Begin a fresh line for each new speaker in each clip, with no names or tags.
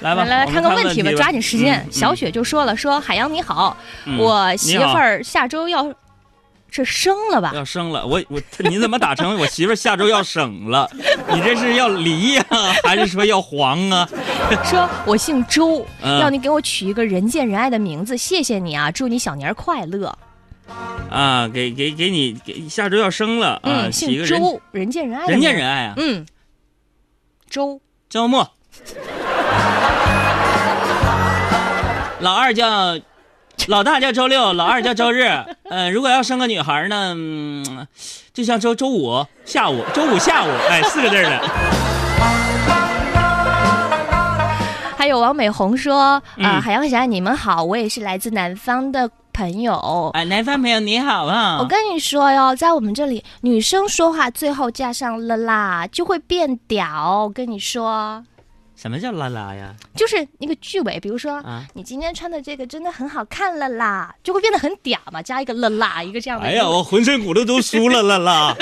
来吧，
来来
我们
看个问题
吧，
抓紧时间。
嗯嗯
小雪就说了，说海洋你好，
嗯
我媳
你好
妇儿下周要这生了吧？
要生了，我我你怎么打成我媳妇儿下周要省了？你这是要离呀、还是说要黄啊？
说我姓周，
嗯
要你给我取一个人见人爱的名字，谢谢你啊，祝你小年儿快乐。
啊，给给给你给下周要生了啊，
嗯，
起一
姓
个人
周，人见人爱，
人见，人爱啊，
嗯，周
周末。老二叫，老大叫周六，老二叫周日。呃，如果要生个女孩呢，嗯，就像周周五下午，周五下午，哎，四个字儿的。
还有王美红说，啊、
嗯
海洋侠你们好，我也是来自南方的朋友。
哎，南方朋友你好啊，
我跟你说哟，在我们这里，女生说话最后加上了啦，就会变屌。我跟你说，
什么叫拉拉呀？
就是那个句尾，比如说、
啊，
你今天穿的这个真的很好看了啦，就会变得很嗲嘛，加一个了啦，一个这样的。
哎呀，我浑身骨头都酥了了 啦！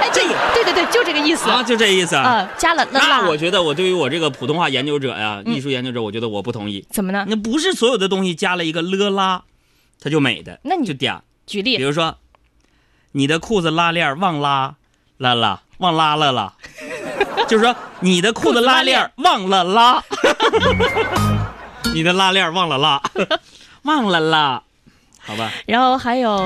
哎，这对对对，就这个意思。
啊，就这意思啊。
呃，加了了啦
那，我觉得我对于我这个普通话研究者呀、
嗯啊
艺术研究者，我觉得我不同意。
怎么呢？
那不是所有的东西加了一个了啦，它就美的，
那你
就嗲。
举
比
例，
如说，你的裤子拉链儿忘拉了啦，忘拉 了啦，就是说你的裤子拉链儿忘了拉， 你的拉链儿忘了 拉， 忘了啦，好吧。
然后还有。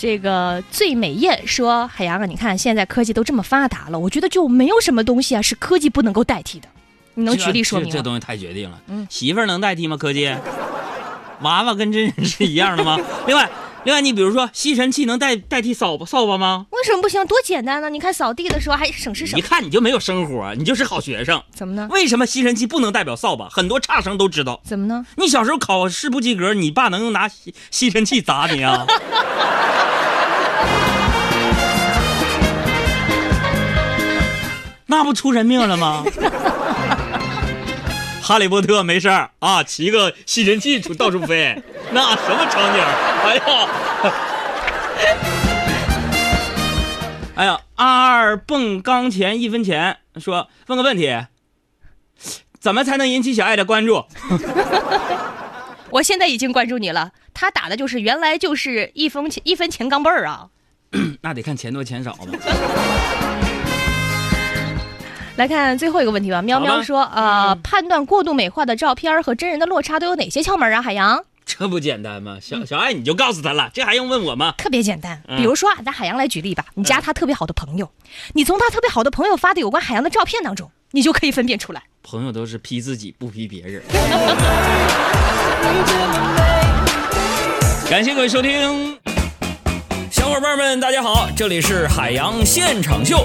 这个最美艳说：“海洋啊，你看现在科技都这么发达了，我觉得就没有什么东西啊是科技不能够代替的。你能
这
举例说明
啊这？这
吗？
东西太决定了。
嗯
媳妇儿能代替吗？柯基，娃娃跟真人是一样的吗？另外，另外，你比如说吸尘器能代代替扫把扫把吗？
为什么不行？多简单呢！你看扫地的时候还省时省
一，看你就没有生活，你就是好学生。
怎么呢？
为什么吸尘器不能代表扫把？很多差生都知道。
怎么呢？
你小时候考试不及格，你爸能拿吸吸尘器砸你啊？ 那不出人命了吗？ 哈利波特没事儿啊，骑个吸尘器出到处飞，那什么场景？哎呀，哎呀，阿二蹦钢钱一分钱，说问个问题，怎么才能引起小爱的关注？
我现在已经关注你了。他打的就是原来就是一分钱一分钱钢镚儿啊！
那得看钱多钱少吧。
来看最后一个问题吧。喵
好
喵
吧嗯
说：“呃，判断过度美化的照片儿和真人的落差都有哪些窍门啊？”海洋
这不简单吗？小小爱你就告诉他了，这还用问我吗？
特别简单，
嗯
比如说啊，拿海洋来举例吧，你加他特别好的朋友，你从他特别好的朋友发的有关海洋的照片当中，你就可以分辨出来。
朋友都是批自己，不批 别人。感谢各位收听，
小伙伴们，大家好，这里是海洋现场秀。